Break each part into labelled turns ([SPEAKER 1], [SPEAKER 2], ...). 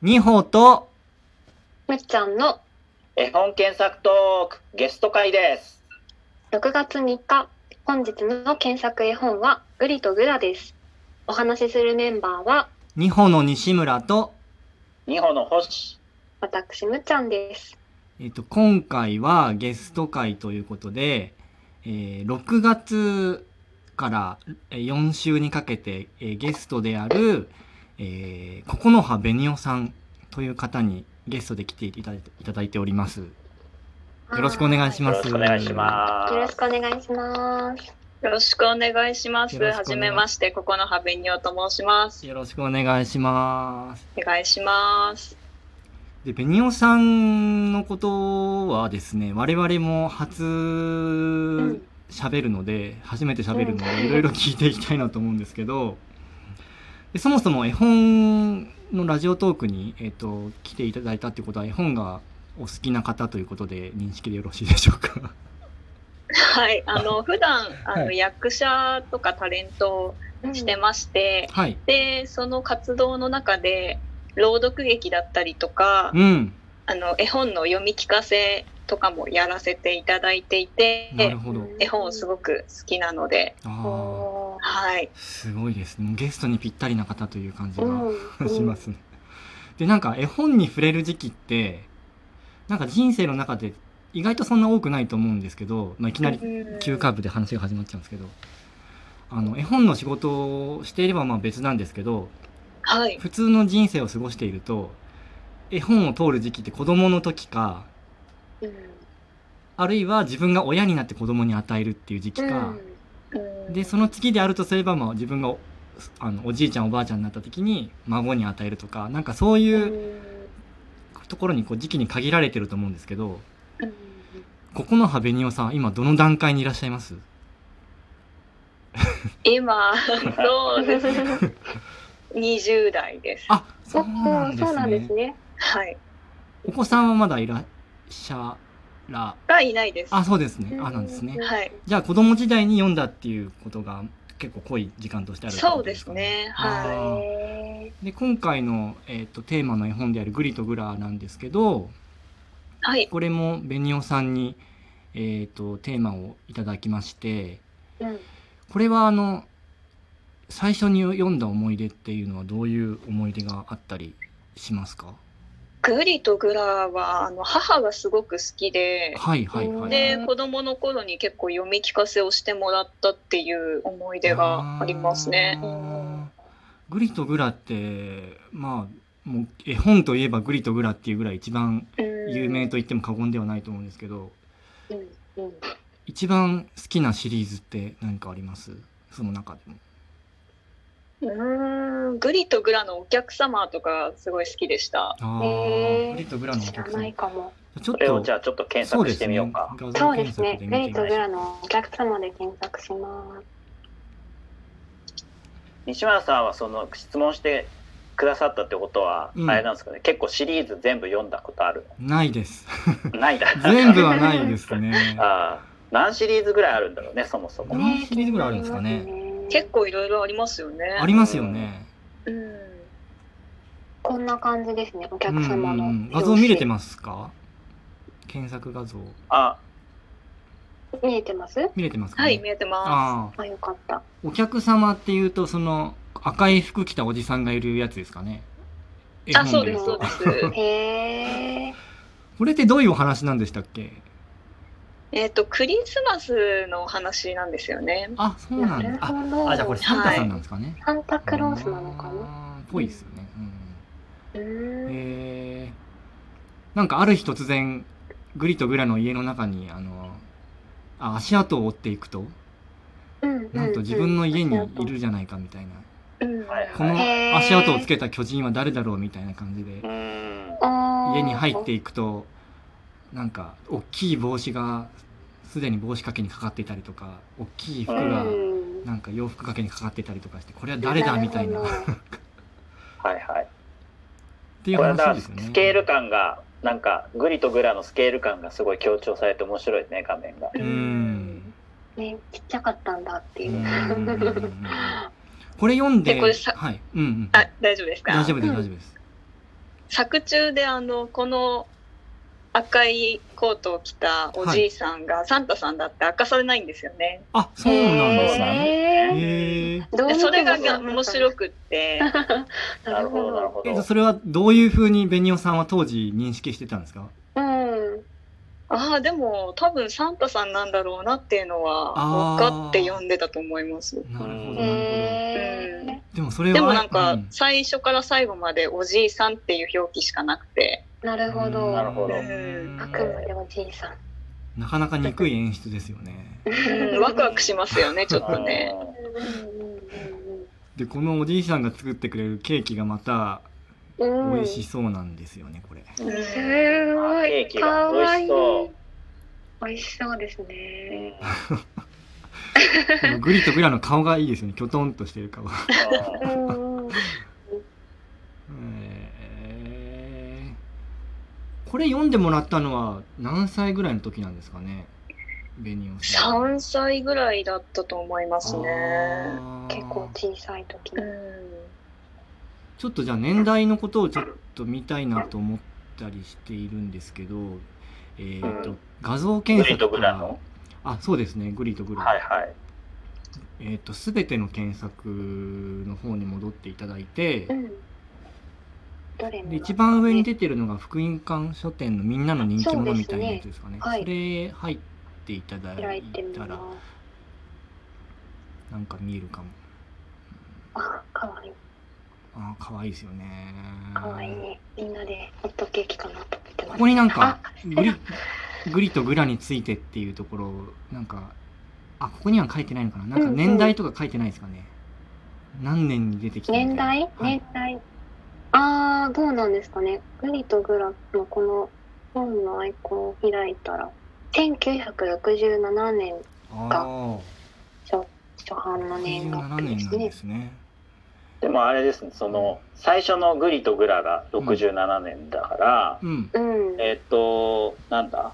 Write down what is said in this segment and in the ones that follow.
[SPEAKER 1] 二歩と、
[SPEAKER 2] むっちゃんの
[SPEAKER 3] 絵本検索トークゲスト会です。
[SPEAKER 2] 6月3日本日の検索絵本はグリとグラですお話しするメンバーは
[SPEAKER 1] 二歩の西村と、
[SPEAKER 3] 二歩の星。
[SPEAKER 2] 私むっちゃんです
[SPEAKER 1] えっと、今回はゲスト会ということで、えー6月からえー4週にかけて、えーゲストである、えー、九の葉紅雄さんという方にゲストで来ていただいていただいております。よろしくお願いし
[SPEAKER 3] よ
[SPEAKER 1] ます。
[SPEAKER 3] ろしくお願いしま
[SPEAKER 2] よろし
[SPEAKER 3] す。
[SPEAKER 2] くお願いします
[SPEAKER 4] よろしくお願いします。
[SPEAKER 1] よろしくお願い
[SPEAKER 4] はじめまして、ここのハベニオと申します。
[SPEAKER 1] よろしくお願いします。
[SPEAKER 4] お願いします。
[SPEAKER 1] で、ベニオさんのことはですね、我々も初喋るので、初めて喋るの
[SPEAKER 2] う
[SPEAKER 1] で、
[SPEAKER 2] ん
[SPEAKER 1] いろいろ聞いていきたいなと思うんですけど、でそもそも絵本のラジオトークに、えっ、と、来ていただいたってことは、絵本がお好きな方ということで認識でよろしいでしょうか。
[SPEAKER 4] はい、あの、普段、あの、
[SPEAKER 1] はい
[SPEAKER 4] 役者とかタレントをしてまして、
[SPEAKER 1] はい。
[SPEAKER 4] で、その活動の中で、朗読劇だったりとか
[SPEAKER 1] う、ん。
[SPEAKER 4] あの、絵本の読み聞かせとかもやらすやらせていただいてい
[SPEAKER 1] なる
[SPEAKER 4] て、
[SPEAKER 1] ほど。
[SPEAKER 4] 絵本をすごく好きなので、
[SPEAKER 1] ああ、
[SPEAKER 2] お
[SPEAKER 4] はい。
[SPEAKER 1] すごいですね。もうゲストにぴったりな方という感じ
[SPEAKER 2] ー
[SPEAKER 1] が。
[SPEAKER 2] う ん
[SPEAKER 1] しますね。でなんか絵本に触れる時期ってなんか人生の中で意外とそんな多くないと思うんですけど、まあ、いきなり急カーブで話が始まっちゃうんですけどあの絵本の仕事をしていればまあ別なんですけど
[SPEAKER 4] はい。
[SPEAKER 1] 普通の人生を過ごしていると絵本を通る時期って子供の時か
[SPEAKER 2] うん
[SPEAKER 1] あるいは自分が親になって子供に与えるっていう時期か、でその次であるとすればまあ自分がおあのおじいちゃんおばあちゃんになった時に孫に与えるとかなんかそういうう。
[SPEAKER 2] ん
[SPEAKER 1] ところにこう時期に限られてると思うんですけど
[SPEAKER 2] うん
[SPEAKER 1] ここの葉紅雄さん今どの段階にいらっしゃいます
[SPEAKER 4] 今、 そうですね。20代です。
[SPEAKER 1] あそ
[SPEAKER 2] そう
[SPEAKER 1] なんですね
[SPEAKER 2] うなんですね
[SPEAKER 4] はい。
[SPEAKER 1] お子さんはまだいらっしゃら
[SPEAKER 4] がいないです。
[SPEAKER 1] あそうですね
[SPEAKER 2] うん
[SPEAKER 1] あなんですね
[SPEAKER 4] はい。
[SPEAKER 1] じゃあ子供時代に読んだっていうことが結構濃い時間としてあるってこ
[SPEAKER 4] そう
[SPEAKER 1] と
[SPEAKER 4] です
[SPEAKER 1] か
[SPEAKER 4] ね。
[SPEAKER 1] あ
[SPEAKER 4] は
[SPEAKER 1] ー
[SPEAKER 2] へ
[SPEAKER 1] で今回の、えっとテーマの絵本である「グリとグラ」なんですけど
[SPEAKER 4] い。はい。
[SPEAKER 1] これも紅雄さんに、えっとテーマをいただきまして
[SPEAKER 2] ーうん
[SPEAKER 1] これはあの最初に読んだ思い出っていうのはどういう思い出があったりしますか
[SPEAKER 4] グリとグラは、あの、母がすごく好きで、
[SPEAKER 1] はいはいはい。
[SPEAKER 4] で、子供の頃に結構読み聞かせをしてもらったっていう思い出がありますね。
[SPEAKER 1] あー。グリとグラってまあもう絵本といえばグリとグラっていうぐらい一番有名と言っても過言ではないと思うんですけど、
[SPEAKER 2] うんうん
[SPEAKER 1] 一番好きなシリーズって何かあります？その中でも。
[SPEAKER 4] うーん。グリとグラのお客様とかすごい好きでした。
[SPEAKER 1] ああ、
[SPEAKER 2] へー
[SPEAKER 1] グリとグラのお
[SPEAKER 2] 知ら
[SPEAKER 1] 客さ
[SPEAKER 2] なんい。かも
[SPEAKER 1] ちょっ
[SPEAKER 3] これをじゃあちょっと検索してみようか。
[SPEAKER 1] そう
[SPEAKER 2] そう
[SPEAKER 1] で
[SPEAKER 2] ですす
[SPEAKER 1] ね画像検索
[SPEAKER 2] ね
[SPEAKER 1] で
[SPEAKER 2] グリ
[SPEAKER 1] 見て
[SPEAKER 2] と
[SPEAKER 1] み
[SPEAKER 2] グ
[SPEAKER 1] ま
[SPEAKER 2] ラのお客様で検索します
[SPEAKER 3] 西村さんはその質問してくださったってことは、
[SPEAKER 1] うん
[SPEAKER 3] あれなんですかね。結構シリーズ全部読んだこ とある。
[SPEAKER 1] す。ないです。
[SPEAKER 3] ないだ。。
[SPEAKER 1] 全部はないですね
[SPEAKER 3] あー何シリーズぐらいあるんだろうねそもそも。
[SPEAKER 1] 何シリーズぐらいあるんですかね
[SPEAKER 2] 気になりますね
[SPEAKER 4] 結構いろいろありますよね。
[SPEAKER 1] ありますよね。
[SPEAKER 4] うん。
[SPEAKER 2] こんな感じですね、お
[SPEAKER 1] うんう
[SPEAKER 2] 客
[SPEAKER 1] ん
[SPEAKER 2] 様の。
[SPEAKER 1] うん。画像見れてますか？検索画像
[SPEAKER 3] あ
[SPEAKER 2] す。見えてます
[SPEAKER 1] 見れてますか、ね？
[SPEAKER 4] はい、見えてま
[SPEAKER 1] ああ。
[SPEAKER 2] あ、よかった。
[SPEAKER 1] お客様っていうとその赤い服着たおじさんがいるやつですかね
[SPEAKER 4] す。あ、そうで
[SPEAKER 1] 絵
[SPEAKER 4] す、
[SPEAKER 1] 本
[SPEAKER 4] そう
[SPEAKER 1] 言
[SPEAKER 4] で
[SPEAKER 1] と
[SPEAKER 4] す。
[SPEAKER 2] へえ。
[SPEAKER 1] これってどういうお話なんでしたっけ
[SPEAKER 4] えっ、と、クリスマスのお話なんですよね。
[SPEAKER 1] あそうな
[SPEAKER 2] な
[SPEAKER 1] ん
[SPEAKER 2] る
[SPEAKER 1] だあ
[SPEAKER 2] ほど。
[SPEAKER 1] あじゃあこれサンタさんなんですかね、
[SPEAKER 2] サンタクロースなのかな。
[SPEAKER 1] なぽいですよね、
[SPEAKER 2] う
[SPEAKER 1] うん
[SPEAKER 2] ーん。
[SPEAKER 1] えー、なんかある日突然グリとグラの家の中にあのあ足跡を追っていくと
[SPEAKER 2] うん
[SPEAKER 1] なんと自分の家にい。
[SPEAKER 2] うん
[SPEAKER 1] るじゃないかみたいな、
[SPEAKER 4] うん
[SPEAKER 3] はい
[SPEAKER 1] この
[SPEAKER 2] へー
[SPEAKER 1] 足跡をつけた巨人は誰だろうみたいな感じで
[SPEAKER 3] うーん。
[SPEAKER 2] あー
[SPEAKER 1] 家に入っていくとなんか大きい帽子がすでに帽子掛けにかかっていたりとか大きい服
[SPEAKER 2] う
[SPEAKER 1] が
[SPEAKER 2] ん。
[SPEAKER 1] なんか洋服掛けにかかっていたりとかしてこれは誰だみたいな
[SPEAKER 2] るほ
[SPEAKER 1] っ
[SPEAKER 2] ど
[SPEAKER 3] はいはい。
[SPEAKER 1] ていう
[SPEAKER 3] これはだか
[SPEAKER 1] 話
[SPEAKER 3] ら
[SPEAKER 1] で
[SPEAKER 3] ス
[SPEAKER 1] すよね。
[SPEAKER 3] ケール感がなんかグリとグラのスケール感がすごい強調されて面白いね画面が。
[SPEAKER 1] う
[SPEAKER 4] うんん
[SPEAKER 2] ね、ちっちゃかったんだっていうう。
[SPEAKER 1] んうんうんうんこれ読んで
[SPEAKER 4] でこれさ
[SPEAKER 1] はいうんうん
[SPEAKER 4] あ、大丈夫ですか
[SPEAKER 1] 大丈夫です
[SPEAKER 2] うん
[SPEAKER 1] 大丈夫です。
[SPEAKER 4] 作中であのこの赤いコートを着たおじいさんがサンタさんだって明かされないんですよね。
[SPEAKER 1] あ、そうなんですね。
[SPEAKER 2] へー
[SPEAKER 1] へえ。
[SPEAKER 2] どう見
[SPEAKER 4] で
[SPEAKER 2] て
[SPEAKER 4] そ
[SPEAKER 2] も
[SPEAKER 4] れが
[SPEAKER 2] そうなんだ
[SPEAKER 4] 面白くって。
[SPEAKER 3] な
[SPEAKER 2] な
[SPEAKER 3] る
[SPEAKER 2] る
[SPEAKER 3] ほ
[SPEAKER 2] ほ
[SPEAKER 3] ど、な
[SPEAKER 2] ど。
[SPEAKER 3] るほ
[SPEAKER 1] えっと、
[SPEAKER 3] ど。
[SPEAKER 1] それはどういうふうにベニオさんは当時認識してたんですか
[SPEAKER 2] うん。
[SPEAKER 4] ああでも多分サンタさんなんだろうなっていうのは
[SPEAKER 1] あー
[SPEAKER 4] 分かって読んでたと思います。
[SPEAKER 1] なるほど、なるほど。
[SPEAKER 2] へー
[SPEAKER 1] でもそれは。
[SPEAKER 4] でもなん
[SPEAKER 1] う
[SPEAKER 4] か最初から最後までおじいさんっていう表記しかなくて、
[SPEAKER 2] なるほど。
[SPEAKER 3] な
[SPEAKER 2] あ
[SPEAKER 3] るほど
[SPEAKER 4] うん
[SPEAKER 2] くまでおじいさん。
[SPEAKER 1] なかなか憎い演出ですよね。
[SPEAKER 4] うんワクワクしますよねちょっとね。
[SPEAKER 3] うん
[SPEAKER 1] で、このおじいさんが作ってくれるケーキがまた
[SPEAKER 2] うん。
[SPEAKER 1] 美味しそうなんですよね、これ。
[SPEAKER 4] うん
[SPEAKER 2] すご
[SPEAKER 3] ケー
[SPEAKER 2] い。
[SPEAKER 3] キ
[SPEAKER 2] か
[SPEAKER 3] が美
[SPEAKER 2] わ
[SPEAKER 3] 味
[SPEAKER 2] い
[SPEAKER 3] し
[SPEAKER 2] い。
[SPEAKER 3] そう
[SPEAKER 2] 美味しそうです
[SPEAKER 3] う
[SPEAKER 2] ね。
[SPEAKER 3] ん
[SPEAKER 1] このグリとグラの顔がいいですよね、きょとんとしてる顔。
[SPEAKER 2] うんうん。
[SPEAKER 1] えーこれ読んでもらったのは何歳ぐらいの時なんですかねベニオさん。
[SPEAKER 4] 3歳ぐらいだったと思いますね。
[SPEAKER 1] あー
[SPEAKER 2] 結構小さい時。
[SPEAKER 4] うん
[SPEAKER 1] ちょっとじゃあ年代のことをちょっと見たいなと思ったりしているんですけど、えーと
[SPEAKER 3] うん
[SPEAKER 1] 画像
[SPEAKER 3] グ
[SPEAKER 1] 検
[SPEAKER 3] リと
[SPEAKER 1] 索
[SPEAKER 3] グ
[SPEAKER 1] か
[SPEAKER 3] ラ
[SPEAKER 1] ら
[SPEAKER 3] の。
[SPEAKER 1] あそうですねグリとグラ、
[SPEAKER 3] はいはい。
[SPEAKER 1] えー、と全ての検索の方に戻っていただいて、
[SPEAKER 2] うん。どれも。
[SPEAKER 1] で一番上に出てるのが福音館書店のみんなの人気者みたいなやつですかねそ
[SPEAKER 2] そうです
[SPEAKER 1] れ入っていただ
[SPEAKER 2] 開い
[SPEAKER 1] い
[SPEAKER 2] てみ
[SPEAKER 1] た
[SPEAKER 2] ま
[SPEAKER 1] ら
[SPEAKER 2] す。
[SPEAKER 1] なんか見えるかも
[SPEAKER 2] あ、かわいい。
[SPEAKER 1] あー可愛いですよね
[SPEAKER 2] かわいいね。みんなでホットケーキかなと思ってます。
[SPEAKER 1] ここになんかグリグリとグラについてっていうところなんかあここには書いてないのかななんか年代とか書いてないですかね、何年に出てきたみたいな
[SPEAKER 2] 年代
[SPEAKER 1] はい
[SPEAKER 2] 年代、ああどうなんですかねグリとグラのこの本のアイコンを開いたら1967年
[SPEAKER 1] あ
[SPEAKER 2] 初初版の
[SPEAKER 1] あ
[SPEAKER 2] 年
[SPEAKER 1] 87
[SPEAKER 2] 月で
[SPEAKER 1] 年
[SPEAKER 2] す
[SPEAKER 1] なん
[SPEAKER 2] ね
[SPEAKER 1] ですね
[SPEAKER 3] でもあれですね、その、最初のグリとグラが67年だから、
[SPEAKER 1] うん
[SPEAKER 2] うん
[SPEAKER 3] えっと、なんだ、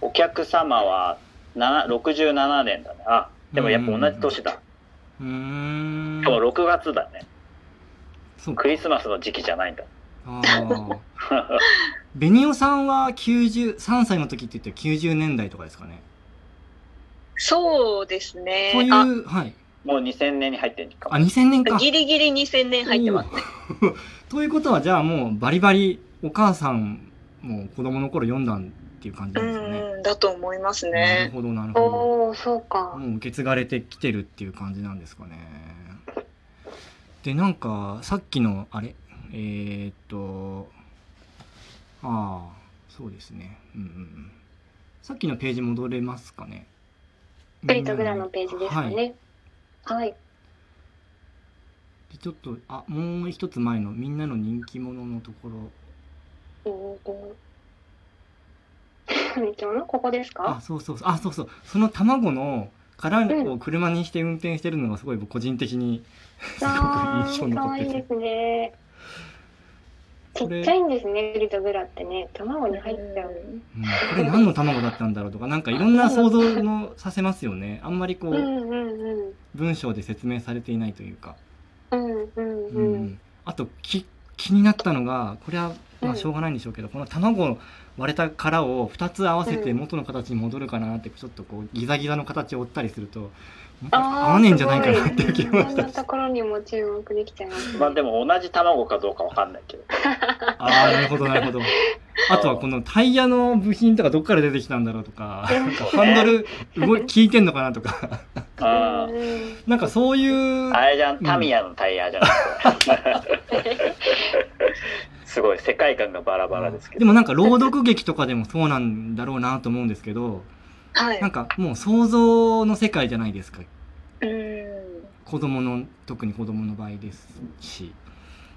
[SPEAKER 3] お客様はな67年だね。あ、でもやっぱ同じ年だ。
[SPEAKER 1] うーん
[SPEAKER 3] 今日6月だね。
[SPEAKER 1] そうか
[SPEAKER 3] クリスマスの時期じゃないんだ。
[SPEAKER 1] ああベニオさんは93歳の時って言って90年代とかですかね、
[SPEAKER 4] そうですね
[SPEAKER 1] そうい。
[SPEAKER 4] あ
[SPEAKER 1] うはい
[SPEAKER 3] もう2000年に入ってんか
[SPEAKER 1] あ
[SPEAKER 3] も。
[SPEAKER 1] 2000年か
[SPEAKER 4] ギリギリ2000年入ってます。
[SPEAKER 1] おー ということはじゃあもうバリバリお母さんも子供の頃読んだっていう感じ
[SPEAKER 4] う
[SPEAKER 1] なんですよね。
[SPEAKER 4] んだと思います
[SPEAKER 1] なる
[SPEAKER 4] ね。
[SPEAKER 1] ほどなるほ
[SPEAKER 2] おおそう
[SPEAKER 1] ど。
[SPEAKER 2] か
[SPEAKER 1] もう受け継がれてきてるっていう感じなんですかね。でなんかさっきのあれえー、っとああそうですね。うんうんうん。さっきのページ戻れますかね。
[SPEAKER 2] グリとグラのページですか
[SPEAKER 1] はい
[SPEAKER 2] ねはい、
[SPEAKER 1] でちょっとあもう一つ前のみんなの人気者のところ
[SPEAKER 2] うんうんめっちゃおなここです
[SPEAKER 1] あ
[SPEAKER 2] か
[SPEAKER 1] そうそうそうあそうそうその卵の殻
[SPEAKER 2] うん
[SPEAKER 1] を車にして運転してるのがすごい僕個人的にすごく
[SPEAKER 2] あ
[SPEAKER 1] 印
[SPEAKER 2] ー
[SPEAKER 1] 象に
[SPEAKER 2] か
[SPEAKER 1] 残っ
[SPEAKER 2] わ
[SPEAKER 1] て
[SPEAKER 2] いいで
[SPEAKER 1] て
[SPEAKER 2] すねち
[SPEAKER 1] これ
[SPEAKER 2] っちゃいんですねグリとグラってね卵に入っちゃう
[SPEAKER 1] うんこれ何の卵だったんだろうとかなんかいろんな想像のさせますよねあんまりこ
[SPEAKER 2] う
[SPEAKER 1] うん
[SPEAKER 2] うんうん
[SPEAKER 1] 文章で説明されていないというか、
[SPEAKER 2] うんうん
[SPEAKER 1] う
[SPEAKER 2] うん
[SPEAKER 1] ん、あとき気になったのがこれはまあしょうがないんでしょうけどこの卵の割れた殻を2つ合わせて元の形に戻るかなってちょっとこうギザギザの形を折ったりすると合わねえんじゃないかなっていう気
[SPEAKER 2] こ
[SPEAKER 1] が
[SPEAKER 2] ん
[SPEAKER 1] し
[SPEAKER 2] な
[SPEAKER 1] た
[SPEAKER 2] ところにも注目できちゃいます、ね。
[SPEAKER 3] まあでも同じ卵かどうかわかんないけど。
[SPEAKER 1] ああ、なるほど、なるほど。あとはこのタイヤの部品とかどっから出てきたんだろうと か、なんかハンドル動い効いてんのかなとか、
[SPEAKER 3] うん。
[SPEAKER 2] うん
[SPEAKER 1] なんかそういう、
[SPEAKER 3] あれじゃん、タミヤのタイヤじゃなくて。すごい、世界観がバラバラですけ
[SPEAKER 1] で
[SPEAKER 3] ど。
[SPEAKER 1] もなんか朗読劇とかでもそうなんだろうなと思うんですけど、
[SPEAKER 4] はい
[SPEAKER 1] なん。かもう想像の世界じゃないですか。
[SPEAKER 4] うん。
[SPEAKER 1] 子供の、特に子供の場合ですし、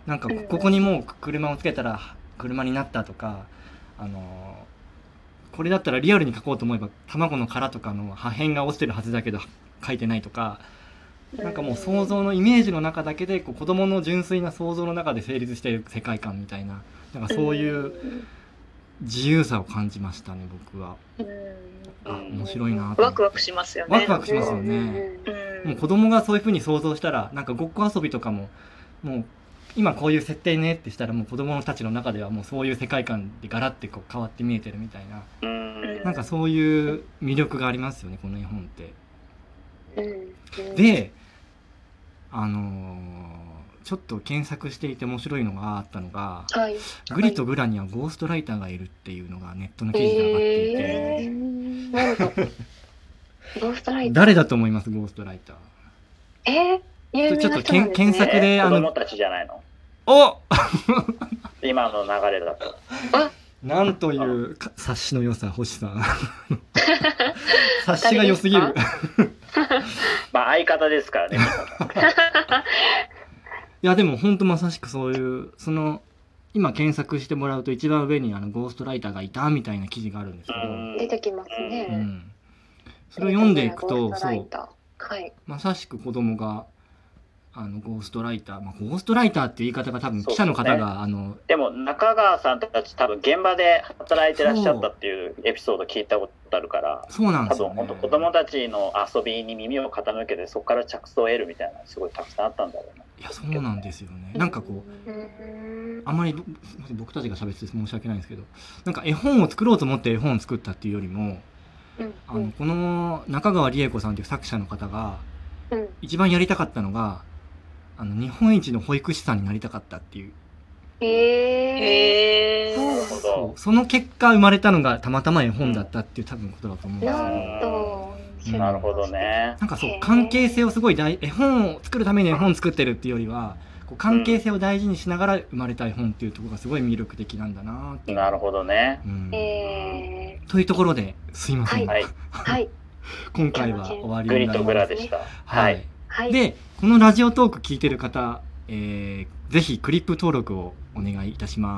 [SPEAKER 1] なんか
[SPEAKER 4] う
[SPEAKER 1] こ
[SPEAKER 4] ん
[SPEAKER 1] ここにもう車をつけたら車になったとか、あのーこれだったらリアルに書こうと思えば卵の殻とかの破片が落ちてるはずだけど書いてないとか、なんかもう想像のイメージの中だけでこう子供の純粋な想像の中で成立している世界観みたいななんかそういう自由さを感じましたね僕は
[SPEAKER 4] うん。うん
[SPEAKER 1] あ面白いなと
[SPEAKER 4] ワクワクしますよね。
[SPEAKER 1] ワクワクしますよね
[SPEAKER 2] うんうんうん
[SPEAKER 4] うん
[SPEAKER 1] もう子供がそういうふうに想像したらなんかごっこ遊びとかももう今こういう設定ねってしたらもう子供たちの中ではもうそういう世界観でガラッてこう変わって見えてるみたいな
[SPEAKER 3] うん
[SPEAKER 1] なんかそういう魅力がありますよねこの絵本って。
[SPEAKER 2] うんうん、
[SPEAKER 1] であのーちょっと検索していて面白いのがあったのが
[SPEAKER 2] はい。
[SPEAKER 1] 「グリとグラにはゴーストライターがいる」っていうのがネットの記事で上がっていて、
[SPEAKER 2] えー、なんだ。ゴーストライター。
[SPEAKER 1] 誰だと思いますゴーストライター。
[SPEAKER 2] えー、有
[SPEAKER 1] ち
[SPEAKER 2] 名
[SPEAKER 1] ょっ
[SPEAKER 2] な
[SPEAKER 1] と
[SPEAKER 2] 人な
[SPEAKER 1] け
[SPEAKER 2] ん
[SPEAKER 1] ん
[SPEAKER 2] ですね。
[SPEAKER 1] 検索で、
[SPEAKER 3] え
[SPEAKER 1] あ
[SPEAKER 3] 子
[SPEAKER 1] の
[SPEAKER 3] 供たちじゃないの
[SPEAKER 1] お
[SPEAKER 3] 今の流れだと
[SPEAKER 1] なんというか察しの良さ星さ ん察しが良すぎる
[SPEAKER 2] 当た
[SPEAKER 3] まあ相方ですからね
[SPEAKER 1] いやでもほんとまさしくそういうその今検索してもらうと一番上にあのゴーストライターがいたみたいな記事があるんですけど、
[SPEAKER 3] うん
[SPEAKER 2] 出てきますね。
[SPEAKER 1] うんそれを読んでいく
[SPEAKER 2] ゴ
[SPEAKER 1] と
[SPEAKER 2] ースト
[SPEAKER 1] そ
[SPEAKER 2] ライ
[SPEAKER 1] う
[SPEAKER 2] ターはい。
[SPEAKER 1] まさしく子供があのゴーストライター、まあ、ゴーストライターっていう言い方が多分記者の
[SPEAKER 3] そ
[SPEAKER 1] 方
[SPEAKER 3] うで
[SPEAKER 1] が、
[SPEAKER 3] す
[SPEAKER 1] あの
[SPEAKER 3] でも中川さんたち多分現場で働いてらっしゃったっていうエピソード聞いたことあるから
[SPEAKER 1] そうなんで
[SPEAKER 3] 多
[SPEAKER 1] すよ、
[SPEAKER 3] 分
[SPEAKER 1] ね、
[SPEAKER 3] 本当子供たちの遊びに耳を傾けてそこから着想を得るみたいなのすごいたくさんあったんだろうない
[SPEAKER 1] やそうなんですよねなんかこう
[SPEAKER 2] うーん。
[SPEAKER 1] あまりぼすいません僕たちが喋ってて申し訳ないんですけどなんか絵本を作ろうと思って絵本を作ったっていうよりも
[SPEAKER 2] うん
[SPEAKER 1] あの
[SPEAKER 2] うん
[SPEAKER 1] この中川理恵子さんという作者の方が
[SPEAKER 2] うん。
[SPEAKER 1] 一番やりたかったのがあの日本一の保育士さんになりたかったっていう
[SPEAKER 2] えー。
[SPEAKER 4] え
[SPEAKER 2] そう
[SPEAKER 4] ー、
[SPEAKER 3] なるほど
[SPEAKER 1] その結果生まれたのがたまたま絵本だったっていう多分ことだと思うんですけど
[SPEAKER 2] なんと
[SPEAKER 1] うん。
[SPEAKER 3] なるほど。ね
[SPEAKER 1] なんかそう
[SPEAKER 2] へー
[SPEAKER 1] 関係性をすごい大絵本を作るために絵本を作ってるっていうよりはこう関係性を大事にしながら生まれた絵本っていうところがすごい魅力的なんだなっていう。
[SPEAKER 3] なるほどね
[SPEAKER 1] うん
[SPEAKER 2] え
[SPEAKER 1] というところですいません、
[SPEAKER 3] はい
[SPEAKER 2] ー。はい。
[SPEAKER 1] 今回は終わり
[SPEAKER 3] グ
[SPEAKER 1] に
[SPEAKER 3] リ
[SPEAKER 1] なり
[SPEAKER 3] と
[SPEAKER 1] ます
[SPEAKER 3] グラでした
[SPEAKER 1] は
[SPEAKER 3] はいい、
[SPEAKER 2] はい。
[SPEAKER 1] でこのラジオトーク聞いてる方、えーぜひクリップ登録をお願いいたします。